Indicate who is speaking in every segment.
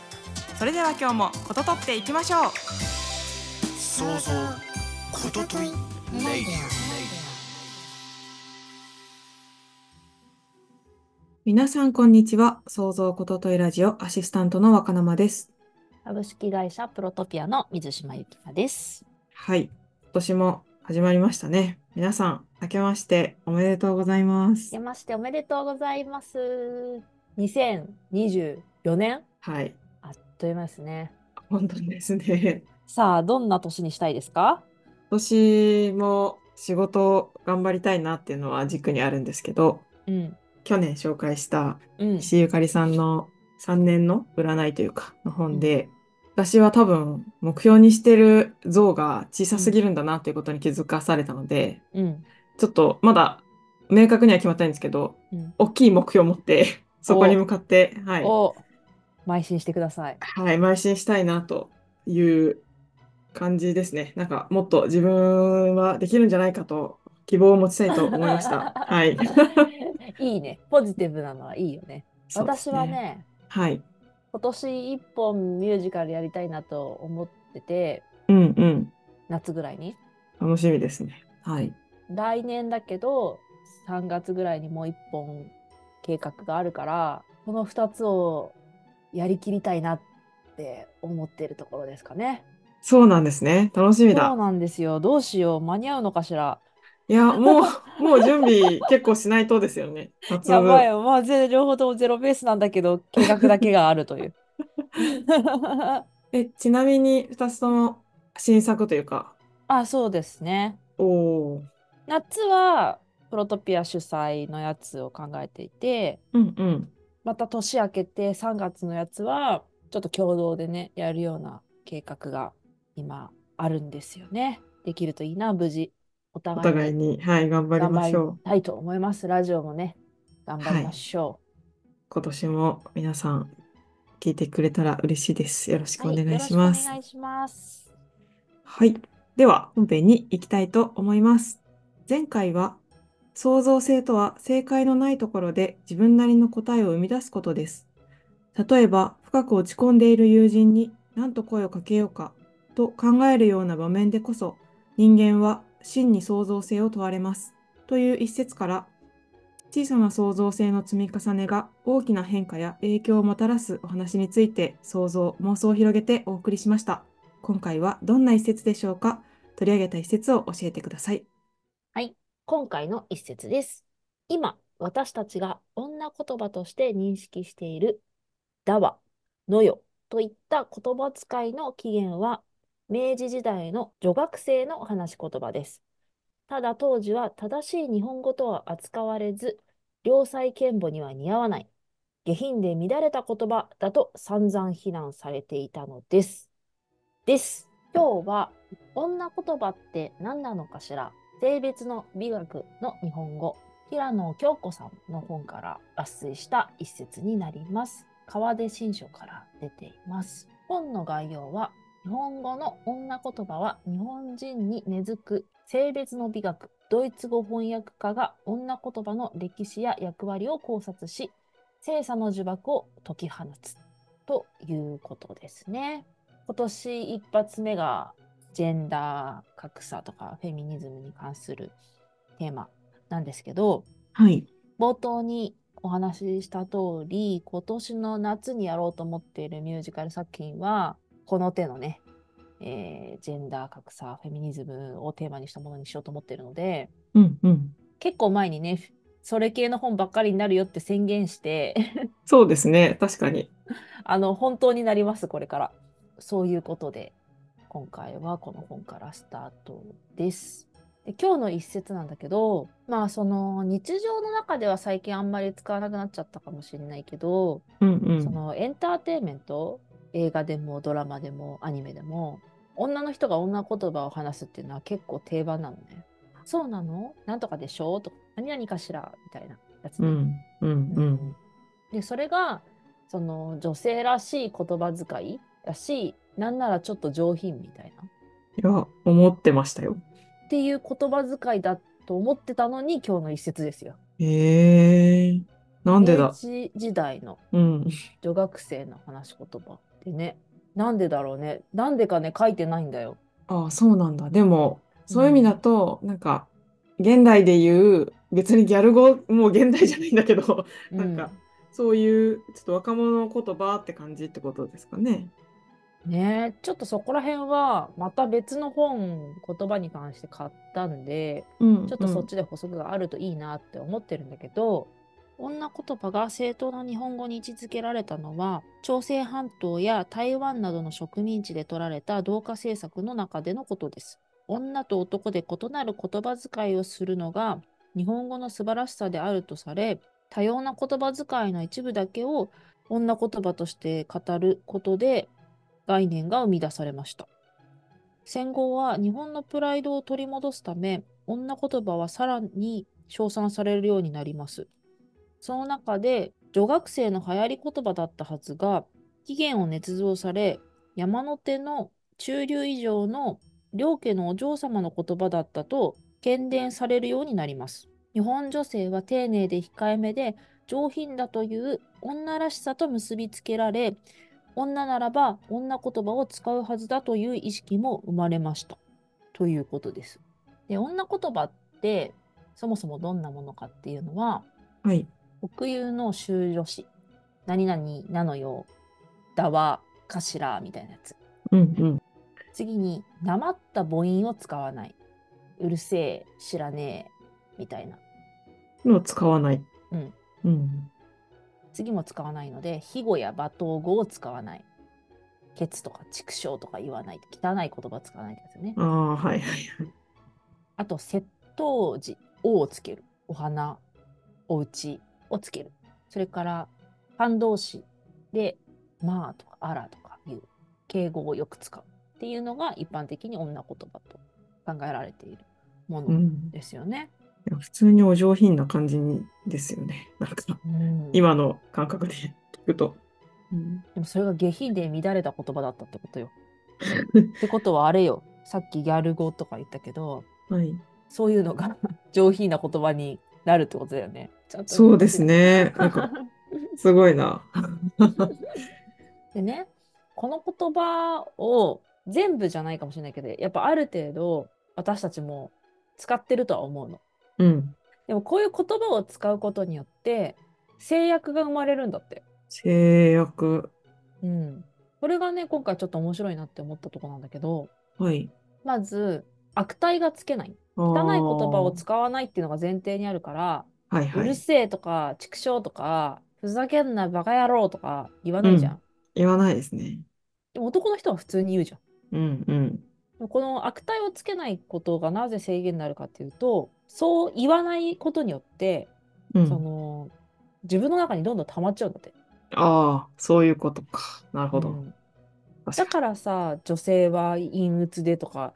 Speaker 1: それでは今日もこととっていきましょう
Speaker 2: 想像ことといレイディ
Speaker 1: 皆さんこんにちは創造ことといラジオアシスタントの若生です
Speaker 3: 株式会社プロトピアの水島由紀奈です。
Speaker 1: はい、今年も始まりましたね。皆さん、明けましておめでとうございます
Speaker 3: 出。ましておめでとうございます。2024年
Speaker 1: はい、
Speaker 3: あっという間ですね。
Speaker 1: 本当にですね。
Speaker 3: さあどんな年にしたいですか？
Speaker 1: 今年も仕事を頑張りたいなっていうのは軸にあるんですけど、
Speaker 3: うん
Speaker 1: 去年紹介した
Speaker 3: うん
Speaker 1: 石井ゆかりさんの3年の占いというか、の本で、私は多分目標にしてる像が小さすぎるんだなということに気づかされたので、
Speaker 3: うん
Speaker 1: ちょっとまだ明確には決まってないんですけど、
Speaker 3: うん。
Speaker 1: 大きい目標を持って、そこに向かって、はい。
Speaker 3: を邁進してくだ さい。
Speaker 1: はい、邁進したいなという感じですね。なんかもっと自分はできるんじゃないかと希望を持ちたいと思いま した。はい。
Speaker 3: いいね。ポジティブなのはいいよね。
Speaker 1: そうです
Speaker 3: 私は。ね、
Speaker 1: はい。
Speaker 3: 今年一本ミュージカルやりたいなと思ってて、
Speaker 1: うんうん。
Speaker 3: 夏ぐらいに。
Speaker 1: 楽しみですね。はい。
Speaker 3: 来年だけど、3月ぐらいにもう一本計画があるから、この2つをやりきりたいなって思ってるところですかね。
Speaker 1: そうなんですね。楽し
Speaker 3: そ
Speaker 1: み
Speaker 3: う
Speaker 1: だ。
Speaker 3: なんですよ。どうしよう。間に合うのかしら。
Speaker 1: いや、もう、もう準備結構しないとですよね。夏
Speaker 3: やばいよ。まあ、ぜ両方ともゼロベースなんだけど、計画だけがあるという。
Speaker 1: え、ちなみに2つとも新作というか、
Speaker 3: あ、そうですね。
Speaker 1: おお。
Speaker 3: 夏はプロトピア主催のやつを考えていて
Speaker 1: うんうん。
Speaker 3: また年明けて3月のやつはちょっと共同でねやるような計画が今あるんですよねできるといいな無事
Speaker 1: お
Speaker 3: お互い
Speaker 1: 互いに、はい、頑張り
Speaker 3: 頑
Speaker 1: ま
Speaker 3: 張
Speaker 1: しょう
Speaker 3: り。たいと思いますラジオもね頑張りましょ
Speaker 1: 今年も皆さん聞いてくれたら嬉しいです。よろし
Speaker 3: う、
Speaker 1: くお
Speaker 3: はい
Speaker 1: 願
Speaker 3: よ
Speaker 1: い
Speaker 3: ろ
Speaker 1: し
Speaker 3: しくお
Speaker 1: ます。
Speaker 3: 願いします
Speaker 1: はい。では本編に行きたいと思います。前回は創造性とは正解のないところで自分なりの答えを生み出すことです。例えば深く落ち込んでいる友人に何と声をかけようかと考えるような場面でこそ人間は真に創造性を問われます。という一節から小さな創造性の積み重ねが大きな変化や影響をもたらすお話について想像、妄想を広げてお送りしました。今回はどんな一節でしょうか取り上げた一節を教えてください。
Speaker 3: 今回の一節です。今、私たちが女言葉として認識している、だわ、のよといった言葉遣いの起源は、明治時代の女学生の話し言葉です。ただ当時は正しい日本語とは扱われず、良妻賢母には似合わない、下品で乱れた言葉だと散々非難されていたのです。です。今日は女言葉って何なのかしら性別の美学の日本語平野京子さんの本から抜粋した一節になります川出新書から出ています本の概要は日本語の女言葉は日本人に根付く性別の美学ドイツ語翻訳家が女言葉の歴史や役割を考察し性差の呪縛を解き放つということですね今年一発目がジェンダー格差とかフェミニズムに関するテーマなんですけど、
Speaker 1: はい。
Speaker 3: 冒頭にお話しした通り、今年の夏にやろうと思っているミュージカル作品は、この手のね、えージェンダー格差、フェミニズムをテーマにしたものにしようと思っているので、
Speaker 1: うんうん。
Speaker 3: 結構前にね、それ系の本ばっかりになるよって宣言して、
Speaker 1: そうですね。確かに。
Speaker 3: あの本当になりますこれから。そういうことで今回はこの本からスタートです。で今日の一節なんだけどまあその日常の中では最近あんまり使わなくなっちゃったかもしれないけど、
Speaker 1: うんう
Speaker 3: そ
Speaker 1: ん。
Speaker 3: のエンターテインメント映画でもドラマでもアニメでも女の人が女言葉を話すっていうのは結構定番なのね。そうなのなんとかでしょとか、何々かしらみたいなやつ
Speaker 1: う
Speaker 3: ね、
Speaker 1: ん、うん、うん。
Speaker 3: で、それが、その女性らしい言葉遣いだし、なんならちょっと上品みたいな。
Speaker 1: いや、思ってましたよ。
Speaker 3: っていう言葉遣いだと思ってたのに、今日の一節ですよ。
Speaker 1: ええなんでだ。
Speaker 3: 明治時代の
Speaker 1: うん。
Speaker 3: 女学生の話し言葉でね、なんでだろうね。なんでかね、書いてないんだよ。
Speaker 1: ああ、そうなんだ。でも、そういう意味だと、なんか、現代で言う、別にギャル語、もう現代じゃないんだけど、 なんかそういう、ちょっと若者言葉って感じってことですかね。
Speaker 3: うんねえちょっとそこら辺はまた別の本言葉に関して買ったんで
Speaker 1: うん
Speaker 3: ちょっとそっちで補足があるといいなって思ってるんだけど、女言葉が正当な日本語に位置づけられたのは朝鮮半島や台湾などの植民地で取られた同化政策の中でのことです。女と男で異なる言葉遣いをするのが日本語の素晴らしさであるとされ多様な言葉遣いの一部だけを女言葉として語ることで概念が生み出されました。戦後は日本のプライドを取り戻すため、女言葉はさらに称賛されるようになります。その中で、女学生の流行り言葉だったはずが、起源を捏造され、山手の中流以上の両家のお嬢様の言葉だったと喧伝されるようになります。日本女性は丁寧で控えめで上品だという女らしさと結びつけられ、女ならば女言葉を使うはずだという意識も生まれましたということです。で女言葉ってそもそもどんなものかっていうのは
Speaker 1: はい。
Speaker 3: 国有の修助詞何々なのよだわかしらみたいなやつ
Speaker 1: うんうん。
Speaker 3: 次になまった母音を使わないうるせえ知らねえみたいな
Speaker 1: のを使わない。
Speaker 3: うん。
Speaker 1: うん。
Speaker 3: 次も使わないので、非語や罵倒語を使わない。ケツとか畜生とか言わない。汚い言葉使わないですよね。
Speaker 1: ああ、はいはい。
Speaker 3: あと、窃盗時、おをつける。お花、お家をつける。それから、反動詞で、まあとか、あらとかいう敬語をよく使うっていうのが一般的に女言葉と考えられているも
Speaker 1: う
Speaker 3: の
Speaker 1: ん。
Speaker 3: ですよね。
Speaker 1: いや普通にお上品な感じにですよね。なんか、
Speaker 3: うん
Speaker 1: 今の感覚で聞くと。うん
Speaker 3: でもそれが下品で乱れた言葉だったってこと よ。ってことはあれよ、さっきギャル語とか言ったけど、
Speaker 1: はい。
Speaker 3: そういうのが 上品な言葉になるってことだよね。ちゃんと
Speaker 1: そうです。ね。なん か、すごいな。
Speaker 3: でね、この言葉を全部じゃないかもしれないけど、やっぱある程度私たちも使ってるとは思うの。
Speaker 1: うん。
Speaker 3: でもこういう言葉を使うことによって制約が生まれるんだって。
Speaker 1: 制約。
Speaker 3: うん。これがね、今回ちょっと面白いなって思ったとこなんだけど、
Speaker 1: はい。
Speaker 3: まず悪態がつけない。
Speaker 1: 汚
Speaker 3: 汚い言葉を使わないっていうのが前提にあるから、
Speaker 1: はいは
Speaker 3: うる
Speaker 1: い。
Speaker 3: せえとか、畜生とか、ふざけんな、バカ野郎とか言わないじゃん。
Speaker 1: う言わないですね。
Speaker 3: でも男の人は普通に言うじゃん。
Speaker 1: うんうん。
Speaker 3: でもこの悪態をつけないことがなぜ制限になるかっていうと、そう言わないことによって、
Speaker 1: うん
Speaker 3: その自分の中にどんどん溜まっちゃうんだって。
Speaker 1: ああ、そういうことか。なるほ
Speaker 3: う
Speaker 1: ど。
Speaker 3: ん
Speaker 1: 確
Speaker 3: だ
Speaker 1: か
Speaker 3: からさ、女性は陰鬱でとか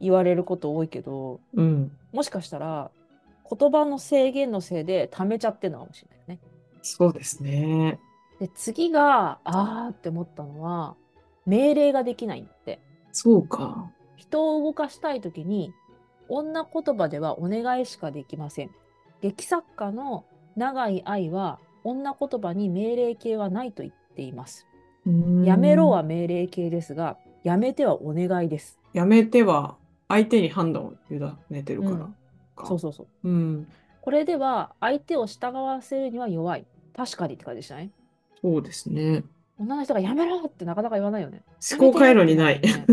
Speaker 3: 言われること多いけど、
Speaker 1: に。うん。
Speaker 3: もしかしたら言葉の制限のせいで溜めちゃってるのかもしれないよね。
Speaker 1: そうですね。
Speaker 3: で次があーって思ったのは命令ができないって
Speaker 1: そうか。
Speaker 3: 人を動かしたい時に女言葉ではお願いしかできません劇作家の永井愛は女言葉に命令形はないと言っています
Speaker 1: うーん
Speaker 3: やめろは。命令形ですがやめてはお願いです
Speaker 1: やめては、相手に判断を委ねてるから
Speaker 3: うん
Speaker 1: か。
Speaker 3: そうそうそう
Speaker 1: うん。
Speaker 3: これでは相手を従わせるには弱い確かにって感じでしたね
Speaker 1: そうですね。
Speaker 3: 女の人がやめろってなかなか言わないよね
Speaker 1: 思考回路に ない。
Speaker 3: や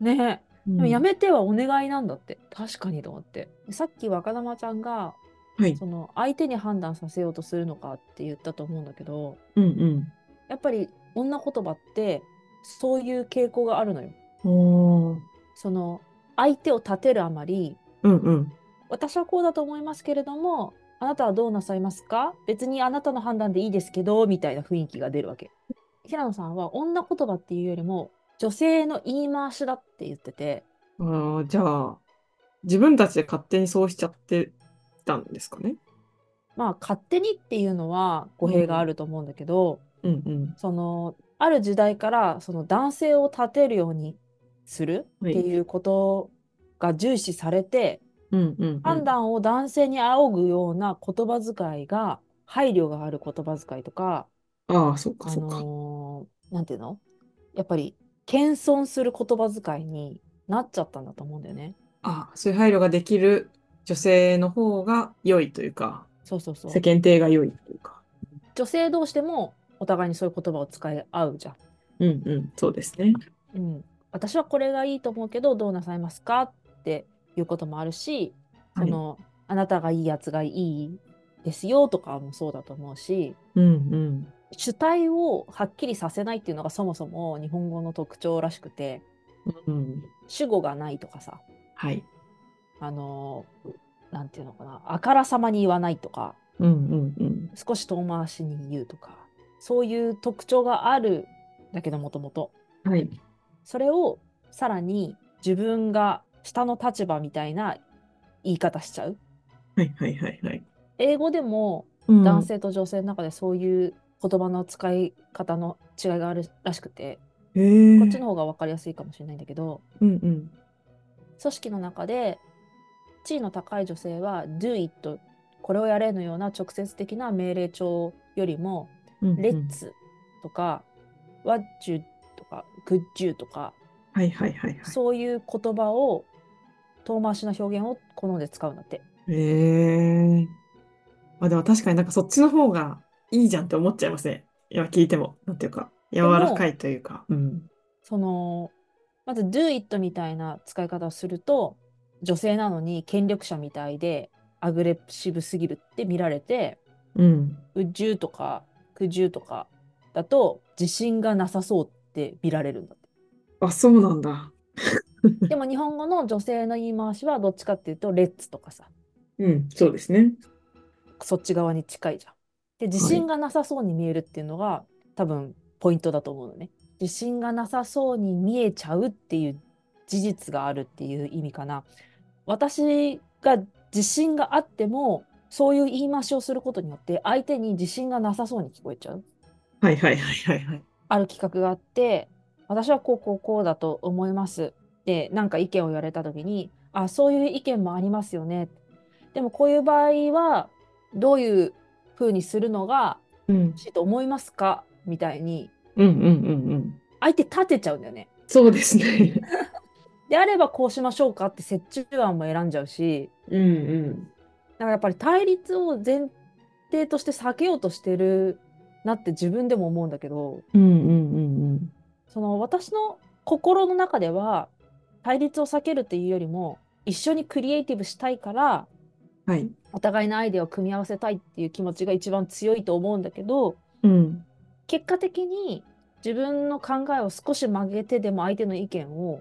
Speaker 3: めねえでもやめてはお願いなんだって確かにと思ってさっき若玉ちゃんが
Speaker 1: はい。
Speaker 3: その相手に判断させようとするのかって言ったと思うんだけど
Speaker 1: うん
Speaker 3: やっぱり女言葉ってそういう傾向があるのよ
Speaker 1: うん。おー
Speaker 3: その相手を立てるあまり
Speaker 1: うんうん。
Speaker 3: 私はこうだと思いますけれどもあなたはどうなさいますか別にあなたの判断でいいですけどみたいな雰囲気が出るわけ平野さんは女言葉っていうよりも女性の言い回しだって言ってて、
Speaker 1: あーじゃあ、自分たちで勝手にそうしちゃってたんですかね。
Speaker 3: まあ勝手にっていうのは語弊があると思うんだけど、
Speaker 1: うんうん。
Speaker 3: そのある時代からその男性を立てるようにするっ
Speaker 1: は
Speaker 3: て
Speaker 1: い
Speaker 3: いうことが重視されて、
Speaker 1: うんうん、うん。
Speaker 3: 判断を男性に仰ぐような言葉遣いが配慮がある言葉遣いとか、
Speaker 1: ああ、そうか、
Speaker 3: あ
Speaker 1: そうか。
Speaker 3: のーなんていうのやっぱり謙遜する言葉遣いになっちゃったんだと思うんだよね。
Speaker 1: ああ、そういう配慮ができる女性の方が良いというか、
Speaker 3: そうそうそう
Speaker 1: 世。間体が良いというか。
Speaker 3: 女性同士でもお互いにそういう言葉を使い合うじゃん。
Speaker 1: うんうん、そうですね。
Speaker 3: うん、私はこれがいいと思うけどどうなさいますかっていうこともあるし、
Speaker 1: はい
Speaker 3: そのあなたがいいやつがいいですよとかもそうだと思うし
Speaker 1: うんうん。
Speaker 3: 主体をはっきりさせないっていうのがそもそも日本語の特徴らしくて
Speaker 1: うん、
Speaker 3: 主語がないとかさ
Speaker 1: はい。
Speaker 3: あのなんていうのかなあからさまに言わないとか
Speaker 1: うんうんうん。
Speaker 3: 少し遠回しに言うとかそういう特徴があるんだけどもともと
Speaker 1: はい。
Speaker 3: それをさらに自分が下の立場みたいな言い方しちゃう。
Speaker 1: はいはいはいはい。
Speaker 3: 英語でも
Speaker 1: うん
Speaker 3: 男性と女性の中でそういう言葉の使い方の違いがあるらしくて、
Speaker 1: へえ
Speaker 3: こっちの方が分かりやすいかもしれないんだけど、
Speaker 1: うんうん。
Speaker 3: 組織の中で地位の高い女性は do it これをやれのような直接的な命令帳よりも、
Speaker 1: うんうん
Speaker 3: let's とか what you とか could you とか
Speaker 1: はいはいはいはい。
Speaker 3: そういう言葉を遠回しな表現を好んで使うんだって。
Speaker 1: へえ。まあでも確かになんかそっちの方がいいじゃんって思っちゃいますね。いや、聞いても。なんていうか、柔
Speaker 3: も
Speaker 1: らかいというか。うん。
Speaker 3: そのまず do it みたいな使い方をすると女性なのに権力者みたいでアグレッシブすぎるって見られて
Speaker 1: うん。
Speaker 3: would you とか could you とかだと自信がなさそうって見られるんだって。
Speaker 1: あ、そうなんだ。
Speaker 3: でも日本語の女性の言い回しはどっちかっていうと let's とかさ
Speaker 1: うん、そうですね。
Speaker 3: そっち側に近いじゃん。で自信がなさそうに見えるっていうのが、多分ポイントだと思うのね。自信がなさそうに見えちゃうっていう事実があるっていう意味かな。私が自信があってもそういう言い回しをすることによって相手に自信がなさそうに聞こえちゃう。
Speaker 1: はいはいはいはいはい。
Speaker 3: ある企画があって私はこうこうこうだと思いますでなんか意見を言われた時にあそういう意見もありますよねでもこういう場合はどういう風にするのが
Speaker 1: うん。
Speaker 3: 欲しいと思いますかみたいに
Speaker 1: うんうんうんうん。
Speaker 3: 相手立てちゃうんだよね。
Speaker 1: そうですね。
Speaker 3: であればこうしましょうかって折衷案も選んじゃうし
Speaker 1: うんうん。
Speaker 3: だからやっぱり対立を前提として避けようとしてるなって自分でも思うんだけど。
Speaker 1: うんうんうんうん。
Speaker 3: その私の心の中では対立を避けるっていうよりも一緒にクリエイティブしたいから
Speaker 1: はい。
Speaker 3: お互いのアイデアを組み合わせたいっていう気持ちが一番強いと思うんだけど
Speaker 1: うん。
Speaker 3: 結果的に自分の考えを少し曲げてでも相手の意見を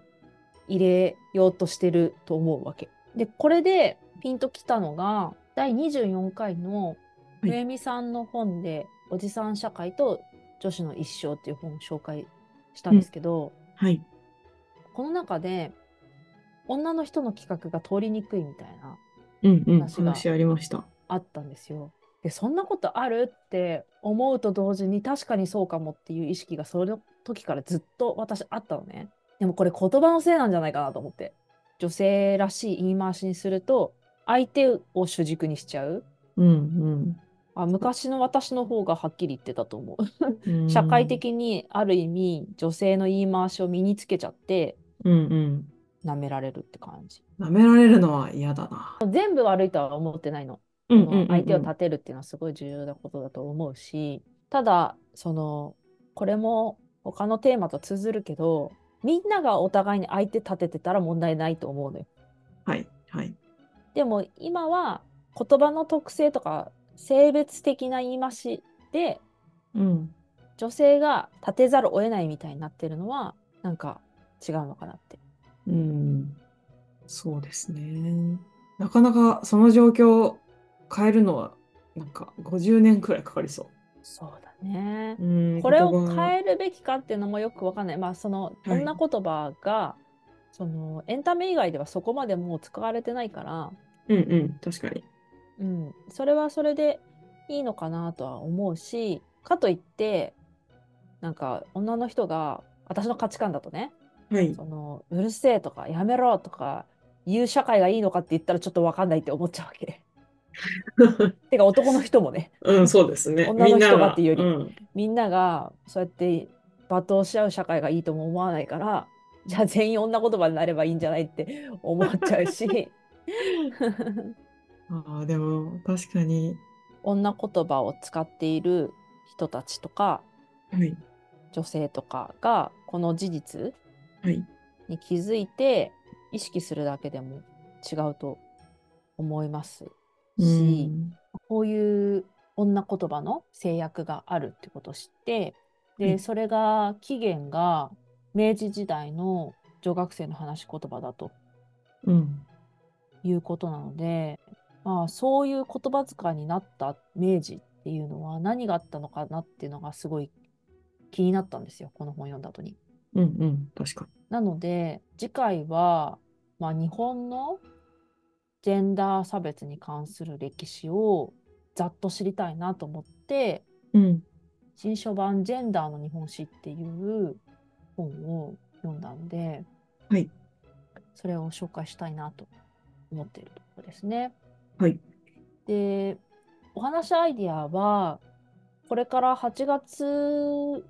Speaker 3: 入れようとしてると思うわけ。でこれでピンときたのが第24回の
Speaker 1: い
Speaker 3: 笛美さんの本で「おじさん社会と女子の一生」っていう本を紹介したんですけど、
Speaker 1: はい。
Speaker 3: この中で女の人の企画が通りにくいみたいな
Speaker 1: うんうん。
Speaker 3: 話が
Speaker 1: 話ありました。
Speaker 3: あったんですよ。でそんなことあるって思うと同時に確かにそうかもっていう意識がその時からずっと私あったのね。でもこれ言葉のせいなんじゃないかなと思って女性らしい言い回しにすると相手を主軸にしちゃう
Speaker 1: うん
Speaker 3: あ昔の私の方がはっきり言ってたと思う
Speaker 1: うん。
Speaker 3: 社会的にある意味女性の言い回しを身につけちゃって
Speaker 1: うんうん。
Speaker 3: 舐められるって感じ
Speaker 1: 舐められるのは嫌だな。
Speaker 3: 全部悪いとは思ってないの
Speaker 1: うん
Speaker 3: その相手を立てるっていうのはすごい重要なことだと思うし、ただそのこれも他のテーマと通ずるけどみんながお互いに相手立ててたら問題ないと思うのよ。
Speaker 1: はいはい。
Speaker 3: でも今は言葉の特性とか性別的な言い回しで
Speaker 1: うん。
Speaker 3: 女性が立てざるを得ないみたいになってるのはなんか違うのかなって。
Speaker 1: うん。そうですね。なかなかその状況を変えるのは、なんか50年くらいかかりそう。
Speaker 3: そうだね。
Speaker 1: うん
Speaker 3: これを
Speaker 1: 言葉
Speaker 3: 変えるべきかっていうのもよくわかんない。まあその
Speaker 1: はい
Speaker 3: 女言葉がそのエンタメ以外ではそこまでもう使われてないから、
Speaker 1: うんうん、確かに。
Speaker 3: うん、それはそれでいいのかなとは思うし、かといってなんか女の人が私の価値観だとね、
Speaker 1: はい。
Speaker 3: そのうるせえとかやめろとか言う社会がいいのかって言ったらちょっとわかんないって思っちゃうわけ。 てか男の人もね、
Speaker 1: うん、そうですね。
Speaker 3: 女の人がっていうより
Speaker 1: みんながうん
Speaker 3: みんながそうやって罵倒し合う社会がいいとも思わないから、じゃあ全員女言葉になればいいんじゃないって 思っちゃうし、
Speaker 1: ああ、でも、確かに。
Speaker 3: 女言葉を使っている人たちとか
Speaker 1: はい。
Speaker 3: 女性とかがこの事実
Speaker 1: はい。
Speaker 3: に気づいて意識するだけでも違うと思います
Speaker 1: う
Speaker 3: し、
Speaker 1: ん。
Speaker 3: こういう女言葉の制約があるってことを知って、
Speaker 1: は
Speaker 3: で、
Speaker 1: い
Speaker 3: それが起源が明治時代の女学生の話し言葉だと
Speaker 1: うん。
Speaker 3: いうことなので、まあ、そういう言葉遣いになった明治っていうのは何があったのかなっていうのがすごい気になったんですよ、この本読んだ後に。
Speaker 1: うんうん、確か
Speaker 3: なので、次回は、まあ、日本のジェンダー差別に関する歴史をざっと知りたいなと思って、
Speaker 1: に。うん。
Speaker 3: 新書版ジェンダーの日本史っていう本を読んだんで、
Speaker 1: はい
Speaker 3: それを紹介したいなと思っているところですね。
Speaker 1: はい。
Speaker 3: で、お話しアイディアは、これから8月、7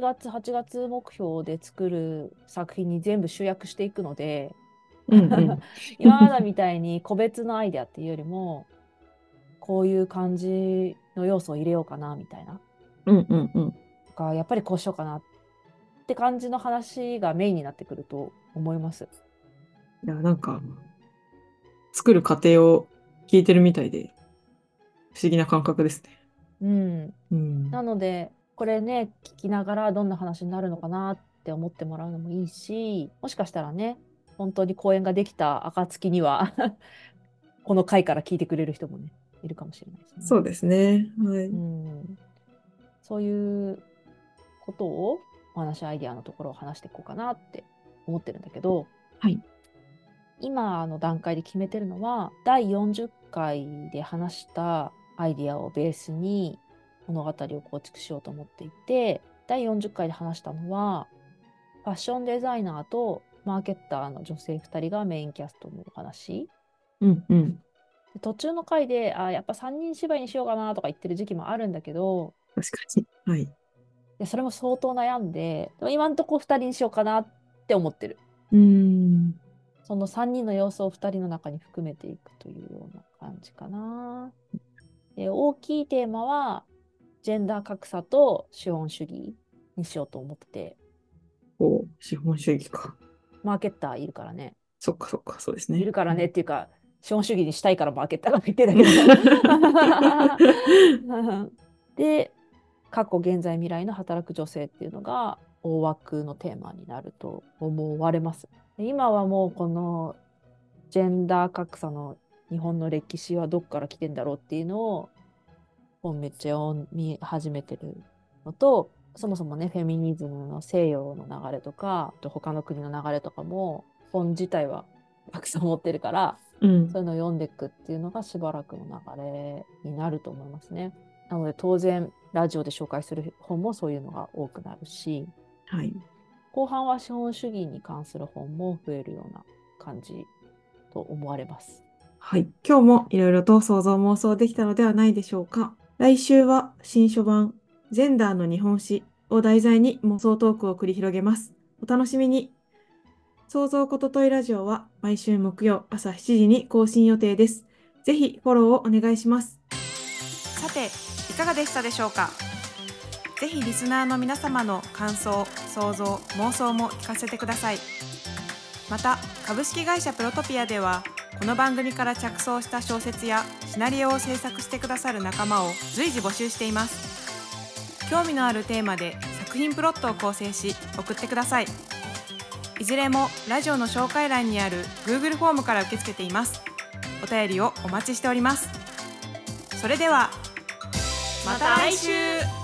Speaker 3: 月、8月目標で作る作品に全部集約していく ので、
Speaker 1: うんうん。
Speaker 3: 今までみたいに個別のアイディアっていうよりも、こういう感じの要素を入れようかなみたいな。
Speaker 1: うんうんうん。
Speaker 3: とかやっぱりこうしようかなって感じの話がメインになってくると思います。
Speaker 1: いや、なんか、作る過程を聞いてるみたいで、不思議な感覚ですね。
Speaker 3: うん、
Speaker 1: うん。
Speaker 3: なのでこれね聞きながらどんな話になるのかなって思ってもらうのもいいしもしかしたらね本当に公演ができた暁には この回から聞いてくれる人もねいるかもしれないですね。
Speaker 1: そうですね。はい。
Speaker 3: うん、そういうことをお話アイデアのところを話していこうかなって思ってるんだけど、
Speaker 1: はい
Speaker 3: 今の段階で決めてるのは第40回で話したアイデアをベースに物語を構築しようと思っていて第40回で話したのはファッションデザイナーとマーケッターの女性2人がメインキャストのお話。
Speaker 1: うんうん。
Speaker 3: で途中の回であやっぱ3人芝居にしようかなとか言ってる時期もあるんだけど
Speaker 1: 確かに。はい。
Speaker 3: でそれも相当悩んででも今んとこ2人にしようかなって思ってる
Speaker 1: うん。
Speaker 3: その3人の様子を2人の中に含めていくというような感じかなで大きいテーマはジェンダー格差と資本主義にしようと思ってて
Speaker 1: こう、資本主義か。
Speaker 3: マーケッターいるからね
Speaker 1: そっかそっか、そうですね。
Speaker 3: いるからねっ。ていうか資本主義にしたいからマーケッターが言ってんだけど で過去現在未来の働く女性っていうのが大枠のテーマになると思われます。で今はもうこのジェンダー格差の日本の歴史はどこから来てんだろうっていうのを本めっちゃ読み始めてるのとそもそもねフェミニズムの西洋の流れとかあと他の国の流れとかも本自体はたくさん持ってるから
Speaker 1: うん
Speaker 3: そ。ういうのを読んでいくっていうのがしばらくの流れになると思いますね。なので当然ラジオで紹介する本もそういうのが多くなるし
Speaker 1: はい。
Speaker 3: 後半は資本主義に関する本も増えるような感じと思われます。
Speaker 1: はい。今日もいろいろと想像妄想できたのではないでしょうか。来週は新書版、ジェンダーの日本史を題材に妄想トークを繰り広げます。お楽しみに。想像ことといラジオは毎週木曜朝7時に更新予定です。ぜひフォローをお願いします。
Speaker 4: さていかがでしたでしょうかぜひリスナーの皆様の感想想像妄想も聞かせてくださいまた株式会社プロトピアではこの番組から着想した小説やシナリオを制作してくださる仲間を随時募集しています興味のあるテーマで作品プロットを構成し送ってくださいいずれもラジオの紹介欄にある Google フォームから受け付けていますお便りをお待ちしておりますそれでは
Speaker 1: また来週